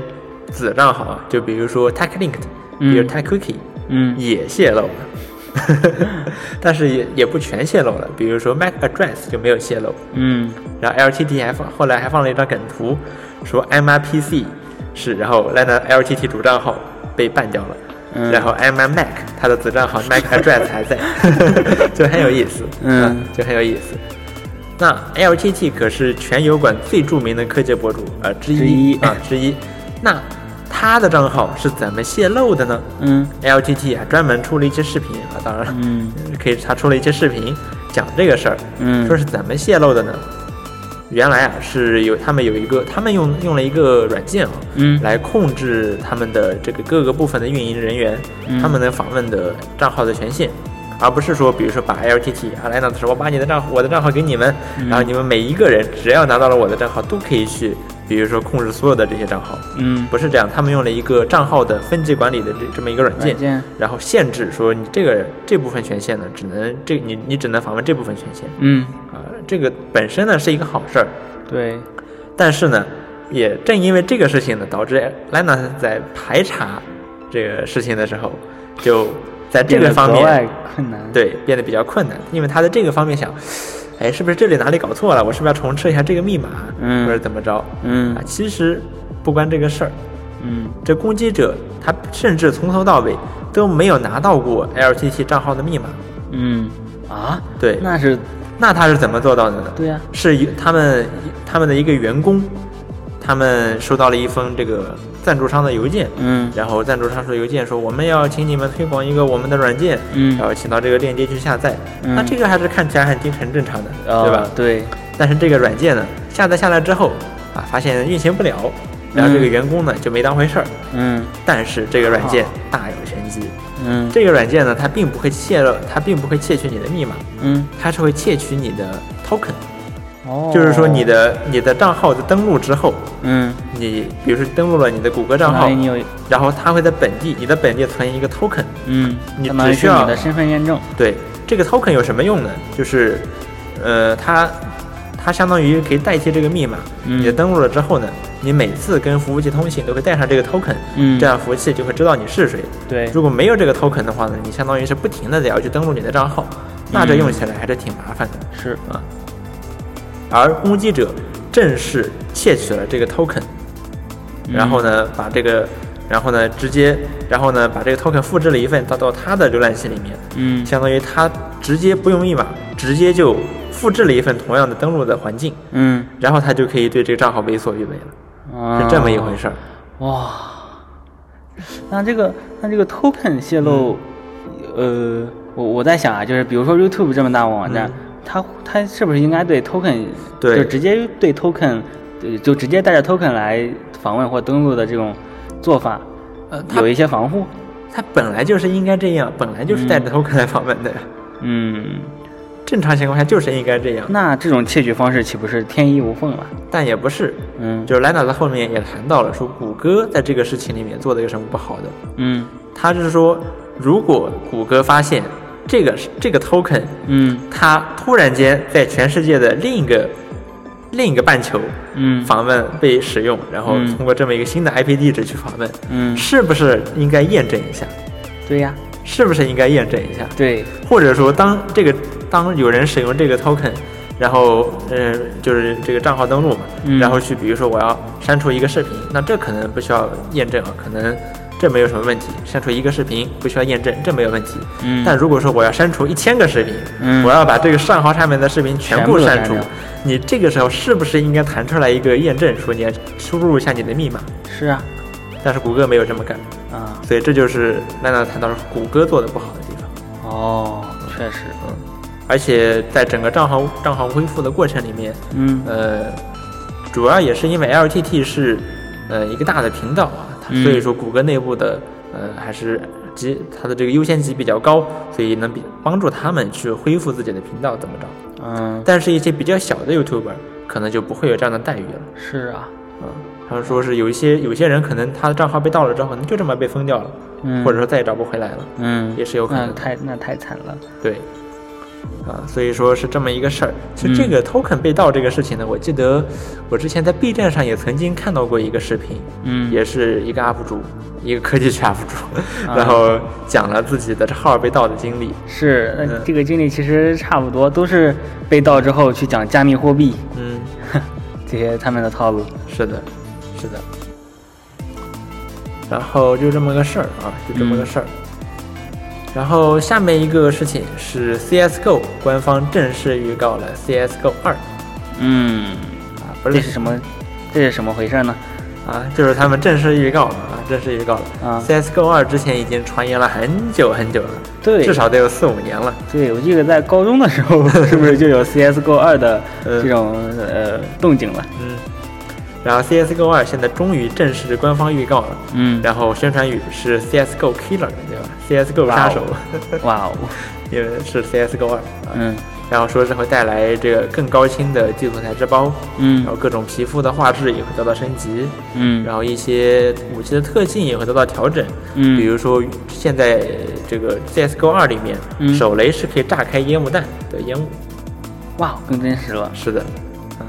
S1: 子账号啊，就比如说 TechLinked，
S2: 嗯
S1: 比如 TechCookie，
S2: 嗯
S1: 也泄露了， 但是也也不全泄露了，比如说 Mac Address 就没有泄露，
S2: 嗯
S1: 然后 LTT 还放后来还放了一张梗图，说 MRPC 是，然后 Linux LTT 主账号被办掉了，
S2: 嗯
S1: 然后 MMac 它的子账号 Mac Address 还 在，就很有意思，啊
S2: 嗯
S1: 就很有意思。那 LTT 可是全油管最著名的科技博主呃之
S2: 之
S1: 一
S2: 一
S1: 啊之一，那他的账号是怎么泄露的呢？
S2: 嗯
S1: LTT 啊，专门出了一期视频啊，当然了，
S2: 嗯
S1: 可以查出了一期视频讲这个事儿，
S2: 嗯
S1: 说是怎么泄露的呢？原来啊是有他们有一个，他们用用了一个软件啊，
S2: 嗯
S1: 来控制他们的这个各个部分的运营人员，
S2: 嗯
S1: 他们能访问的账号的权限，而不是说比如说把 LTT 啊来那的时候，我把你的账户我的账号给你们，
S2: 嗯
S1: 然后你们每一个人只要拿到了我的账号，都可以去，比如说控制所有的这些账号，
S2: 嗯
S1: 不是这样，他们用了一个账号的分级管理的这这么一个软件，
S2: 软件
S1: 然后限制说你这个这部分权限呢，只能这你你只能访问这部分权限
S2: 嗯，
S1: 啊、这个本身呢是一个好事儿，
S2: 对，
S1: 但是呢，也正因为这个事情呢，导致 Linus 在排查这个事情的时候，就在这
S2: 变得
S1: 个方
S2: 格外
S1: 面
S2: 困难。，
S1: 对变得比较困难，因为他在这个方面想，哎，是不是这里哪里搞错了？我是不是要重设一下这个密码，
S2: 嗯
S1: 或者怎么着？
S2: 嗯
S1: 啊，其实不关这个事儿，
S2: 嗯
S1: 这攻击者他甚至从头到尾都没有拿到过 LTT 账号的密码，
S2: 嗯啊，
S1: 对
S2: 那是
S1: 那他是怎么做到的呢？
S2: 对呀，
S1: 是有他们他们的一个员工，他们收到了一封这个赞助商的邮件，
S2: 嗯
S1: 然后赞助商说邮件说我们要请你们推广一个我们的软件，
S2: 嗯
S1: 然后请到这个链接去下载，
S2: 嗯
S1: 那这个还是看起来很经很正常的，
S2: 哦
S1: 对吧？
S2: 对，
S1: 但是这个软件呢，下载下来之后啊，发现运行不了，然后这个员工呢就没当回事儿，
S2: 嗯
S1: 但是这个软件
S2: 哦
S1: 大有玄机。
S2: 嗯
S1: 这个软件呢，它并不会泄露，它并不会窃取你的密码，
S2: 嗯
S1: 它是会窃取你的 token，
S2: 哦，
S1: 就是说你的你的账号在登录之后，
S2: 嗯，
S1: 你比如说登录了你的谷歌账
S2: 相
S1: 号
S2: 当于，你有
S1: 然后它会在本地你的本地存一个 token，
S2: 嗯，
S1: 你
S2: 相当于
S1: 只需
S2: 是
S1: 要
S2: 你的身份验证。
S1: 对，这个 token 有什么用呢？就是，呃，它它相当于可以代替这个密码。
S2: 嗯
S1: 你登录了之后呢，你每次跟服务器通信都会带上这个 token，、
S2: 嗯
S1: 这样服务器就会知道你是谁。
S2: 对
S1: 如果没有这个 token 的话呢，你相当于是不停的得要去登录你的账号，那这用起来还是挺麻烦的。
S2: 是
S1: 啊。而攻击者正是窃取了这个 token，然后呢，把这个，然后呢，直接，然后呢，把这个 token 复制了一份到到他的浏览器里面，
S2: 嗯
S1: 相当于他直接不用密码，直接就复制了一份同样的登录的环境，
S2: 嗯，
S1: 然后他就可以对这个账号为所欲为了，
S2: 啊
S1: 是这么一回事儿。
S2: 哇，那这个那这个 token 泄露，
S1: 嗯
S2: 呃，我我在想啊，就是比如说 YouTube 这么大网站，它它是不是应该对 token
S1: 对
S2: 就直接对 token，呃就直接带着 token 来访问或登录的这种做法，
S1: 呃，它
S2: 有一些防护？
S1: 它本来就是应该这样，本来就是带着 token 来访问的，
S2: 嗯，
S1: 正常情况下就是应该这样，
S2: 那这种窃取方式岂不是天衣无缝了？
S1: 但也不是。
S2: 嗯
S1: 就是莱纳在后面也谈到了，说谷歌在这个事情里面做的有什么不好的，
S2: 嗯
S1: 他就是说，如果谷歌发现这个这个 token
S2: 嗯
S1: 它突然间在全世界的另一个另一个半球
S2: 嗯
S1: 访问被使用，然后
S2: 嗯
S1: 通过这么一个新的 IP 地址去访问，
S2: 嗯，
S1: 是不是应该验证一下？
S2: 对呀，
S1: 是不是应该验证一下？
S2: 对，
S1: 或者说，当这个当有人使用这个 token，然后呃，就是这个账号登录嘛，
S2: 嗯
S1: 然后去比如说我要删除一个视频，那这可能不需要验证啊，可能这没有什么问题。删除一个视频不需要验证，这没有问题。
S2: 嗯
S1: 但如果说我要删除一千个视频，
S2: 嗯
S1: 我要把这个账号上面的视频全部删除
S2: 全部删掉，
S1: 你这个时候是不是应该弹出来一个验证，说你要输入一下你的密码？
S2: 是啊
S1: 但是谷歌没有这么干，
S2: 啊。
S1: 所以这就是赖娜谈到谷歌做的不好的地方。
S2: 哦，确实，
S1: 而且在整个账号账号恢复的过程里面，
S2: 嗯
S1: 呃，主要也是因为 LTT 是呃一个大的频道啊，它
S2: 嗯
S1: 所以说谷歌内部的呃还是级它的这个优先级比较高，所以能比帮助他们去恢复自己的频道怎么着。
S2: 嗯，
S1: 但是，一些比较小的 YouTuber 可能就不会有这样的待遇了。
S2: 是啊，
S1: 嗯，他们说是有一些有些人可能他的账号被盗了之后，可能就这么被封掉了，
S2: 嗯，
S1: 或者说再也找不回来了。
S2: 嗯，
S1: 也是有可能
S2: 那太那太惨了，
S1: 对，啊，所以说是这么一个事儿。其实这
S2: 嗯
S1: 个 token 被盗这个事情呢，我记得我之前在 B 站上也曾经看到过一个视频，
S2: 嗯，
S1: 也是一个 UP 主，一个科技区 UP 主，
S2: 啊
S1: 然后讲了自己的号被盗的经历。
S2: 是，那
S1: 嗯
S2: 这个经历其实差不多，都是被盗之后去讲加密货币
S1: 嗯，
S2: 这些他们的套路，
S1: 是的，是的。然后就这么个事儿啊，就这么个
S2: 嗯
S1: 事儿。然后下面一个事情是 CSGO 官方正式预告了 CSGO 二
S2: 嗯，
S1: 啊，不
S2: 这
S1: 是
S2: 是什么？这是什么回事呢？
S1: 啊，就是他们正式预告了啊，正式预告了。
S2: 啊
S1: CS:GO 二之前已经传言了很久很久了，
S2: 对，
S1: 至少得有四五年了。
S2: 对我记得在高中的时 候，是不是就有 CS:GO 二的
S1: 嗯
S2: 这种呃动静了？
S1: 嗯，然后 CS:GO 二现在终于正式官方预告了，
S2: 嗯，
S1: 然后宣传语是 CS:GO Killer，对吧？CS:GO
S2: 哇
S1: 杀
S2: 哦
S1: 手，
S2: 哇哦，
S1: 因为是 CS:GO 二。啊
S2: 嗯
S1: 然后说是会带来这个更高清的技术材质包，然后
S2: 嗯
S1: 各种皮肤的画质也会得到升级，
S2: 嗯，
S1: 然后一些武器的特性也会得到调整，
S2: 嗯
S1: 比如说现在呃这个 CS:GO 二里面，
S2: 嗯
S1: 手雷是可以炸开烟雾弹的烟雾，
S2: 哇，更真实了，
S1: 是的，啊，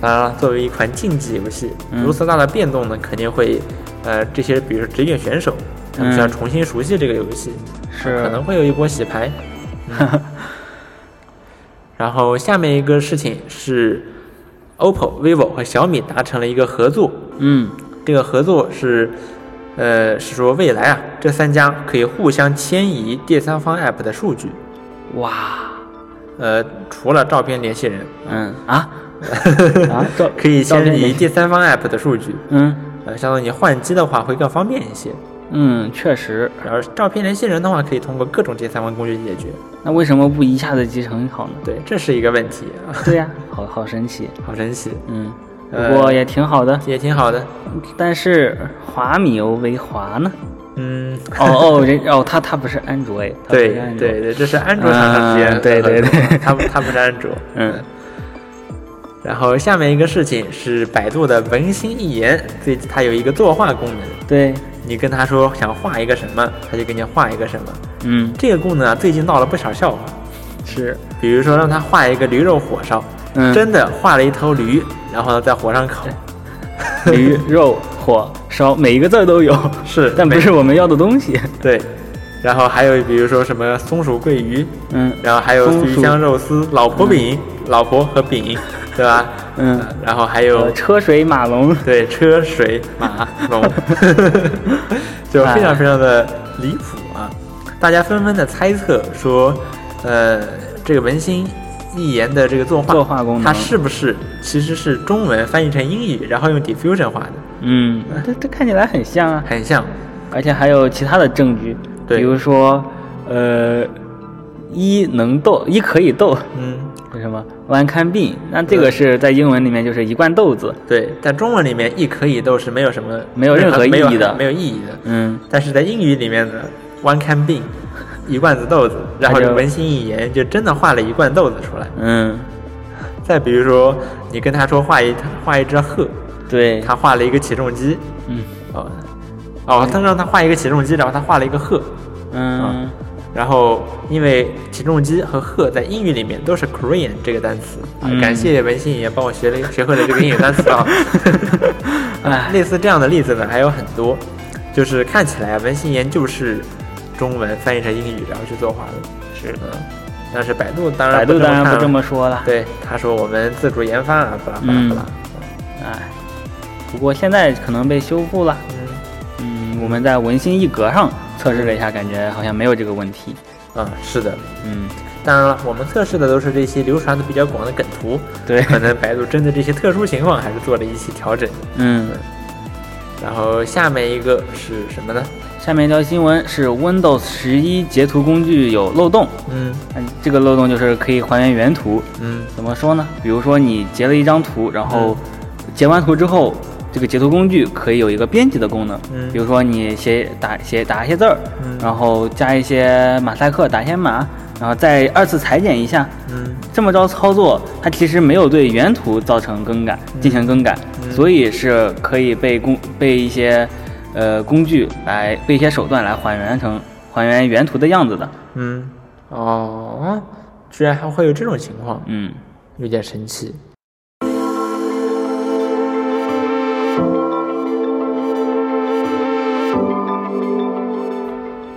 S1: 当然了，作为一款竞技游戏，
S2: 嗯
S1: 如此大的变动呢，肯定会，呃，这些比如说职业选手，他们需要
S2: 嗯
S1: 重新熟悉这个游戏，
S2: 是
S1: 可能会有一波洗牌。 嗯然后下面一个事情是，OPPO、vivo 和小米达成了一个合作，
S2: 嗯
S1: 这个合作是，呃，是说未来啊，这三家可以互相迁移第三方 app 的数据，
S2: 哇。
S1: 呃，除了照片联系人，
S2: 嗯啊 啊，照
S1: 可以
S2: 照
S1: 迁
S2: 片
S1: 移
S2: 联系
S1: 第三方 app 的数据，
S2: 嗯
S1: 呃，相当于你换机的话会更方便一些。
S2: 嗯，确实。
S1: 然后照片联系人的话，可以通过各种第三方工具解决。
S2: 那为什么不一下子集成好 呢？
S1: 对，这是一个问题啊，
S2: 对呀、好好神奇。
S1: 好神奇，
S2: 嗯，
S1: 呃
S2: 不过也挺好的。
S1: 也挺好的。
S2: 但是华米欧为 华呢？
S1: 嗯，
S2: 哦哦，人哦，他他不是安卓哎，它不是
S1: 对
S2: 安卓
S1: 对，对，这是安卓厂商之间的
S2: 嗯对对
S1: 合作
S2: 对
S1: 它不它不是安 卓。
S2: 嗯。
S1: 然后下面一个事情是百度的文心一言，最它有一个作画功能，
S2: 对，
S1: 你跟他说想画一个什么，他就给你画一个什么。
S2: 嗯
S1: 这个功能啊，最近闹了不少笑话，
S2: 是，
S1: 比如说让他画一个驴肉火烧，
S2: 嗯
S1: 真的画了一头驴，然后呢在火上烤，
S2: 驴肉火烧每一个字儿 都有，
S1: 是
S2: 但不是我们要的东西。
S1: 对。然后还有比如说什么松鼠桂鱼，
S2: 嗯
S1: 然后还有
S2: 松鼠
S1: 鱼香肉丝、老婆饼、老婆和饼，对吧？
S2: 嗯，
S1: 然后还有
S2: 呃车水马龙。
S1: 对，车水马 龙，就非常非常的离谱啊！大家纷纷的猜测说，呃，这个文心一言的这个作画
S2: 作画功能
S1: 它是不是其实是 中文翻译成英语，然后用 diffusion 画的，
S2: 嗯，这这看起来很像啊。
S1: 很像。
S2: 而且还有其他的证据，
S1: 对
S2: 比如说，呃，一能斗，一可以斗，
S1: 嗯，
S2: 什么 one can be，那这个是在英文里面就是一罐豆子，
S1: 对，在中文里面“一可以斗”是没有什么
S2: 没有任何
S1: 没有
S2: 意义的
S1: 没有意义的。
S2: 嗯，
S1: 但是在英语里面呢，one can be 一罐子豆子，然后
S2: 它就
S1: 文心一言就真的画了一罐豆子出来。
S2: 嗯，
S1: 再比如说，你跟他说画一画一只鹤，
S2: 对，
S1: 他画了一个起重机，
S2: 嗯
S1: 哦哦，他让他画一个起重机，然后他画了一个鹤，啊
S2: 嗯，
S1: 然后因为起重机和鹤在英语里面都是 Korean 这个单词啊，
S2: 嗯
S1: 感谢文心一言帮我学了一学会了这个英语单词 啊。啊
S2: 哎
S1: 类似这样的例子呢还有很多，就是看起来文心一言就是中文翻译成英语然后去作画的，
S2: 是
S1: 嗯，但是百度当然
S2: 百度当然
S1: 看
S2: 不这
S1: 了，
S2: 么说了，
S1: 对，他说我们自主研发啊，巴拉巴拉
S2: 嗯
S1: 巴拉，
S2: 哎，不过现在可能被修复了，
S1: 嗯
S2: 嗯，我们在文心一格上测试了一下，感觉好像没有这个问题，
S1: 啊，是的，
S2: 嗯，
S1: 当然了，我们测试的都是这些流传的比较广的梗图，
S2: 对，
S1: 可能百度针对这些特殊情况还是做了一些调整。
S2: 嗯。
S1: 然后下面一个是什么呢？
S2: 下面一条新闻是 Windows 十一截图工具有漏洞，
S1: 嗯
S2: 嗯，这个漏洞就是可以还原原图。
S1: 嗯
S2: 怎么说呢？比如说你截了一张图，然后截完图之后，这个截图工具可以有一个编辑的功能。
S1: 嗯
S2: 比如说你写打写打一些字儿，
S1: 嗯
S2: 然后加一些马赛克，打一些码，然后再二次裁剪一下。
S1: 嗯
S2: 这么着操作，它其实没有对原图造成更改，进行更改，
S1: 嗯
S2: 所以是可以被工被一些呃工具来被一些手段来还原成还原原图的样子的。
S1: 嗯，哦，居然还会有这种情况，
S2: 嗯，
S1: 有点神奇。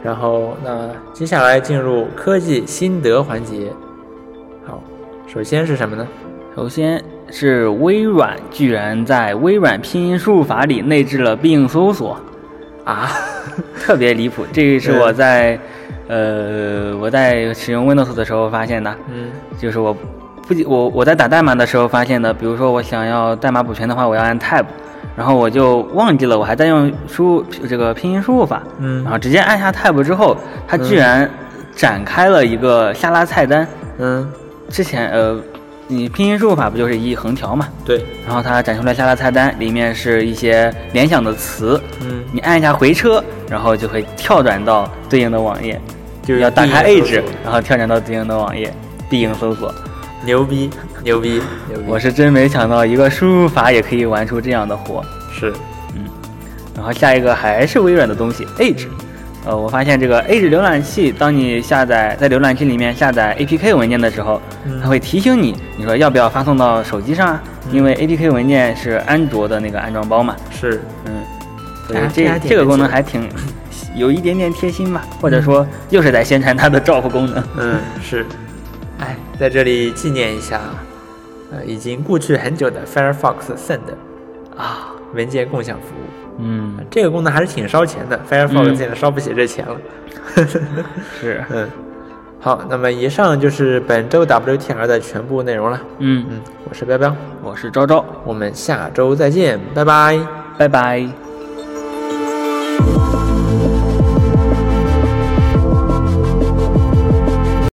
S1: 然后，那接下来进入科技心得环节。好，首先是什么呢？
S2: 首先是微软居然在微软拼音输入法里内置了必应搜索，
S1: 啊，
S2: 特别离谱。这个是我在呃我在使用 Windows 的时候发现的。
S1: 嗯
S2: 就是我不仅我我在打代码的时候发现的，比如说我想要代码补全的话，我要按 Tab，然后我就忘记了我还在用输入这个拼音输入法，
S1: 嗯
S2: 然后直接按下 Tab 之后，它居然展开了一个下拉菜单。
S1: 嗯，
S2: 之前呃，你拼音输入法不就是一横条嘛？
S1: 对，
S2: 然后它展出来下拉菜单，里面是一些联想的词，
S1: 嗯，
S2: 你按一下回车，然后就会跳转到对应的网页，
S1: 就是
S2: 要打开
S1: 必应搜
S2: Edge，
S1: 索
S2: 然后跳转到对应的网页，必应搜索。
S1: 牛逼，牛逼，牛逼！
S2: 我是真没想到一个输入法也可以玩出这样的活。
S1: 是，
S2: 然后下一个还是微软的东西，Edge。呃，我发现这个 Edge 浏览器，当你下载在浏览器里面下载 APK 文件的时候，
S1: 嗯
S2: 它会提醒你，你说要不要发送到手机上啊？因为 APK 文件是安卓的那个安装包嘛。
S1: 是，
S2: 嗯，所以
S1: 啊这还挺
S2: 这这个嗯功能还挺有一点点贴心吧，或者说又是在宣传它的照顾功能。
S1: 嗯，是。哎，在这里纪念一下，呃，已经故去很久的 Firefox Send
S2: 啊，
S1: 文件共享服务，呃
S2: 嗯，
S1: 这个功能还是挺烧钱的。Firefox 现在烧不起这钱了。
S2: 是，
S1: 嗯，好，那么以上就是本周 WTR 的全部内容了。
S2: 嗯，
S1: 嗯，我是彪彪，
S2: 我是昭昭，
S1: 我们下周再见，拜拜。
S2: 拜拜。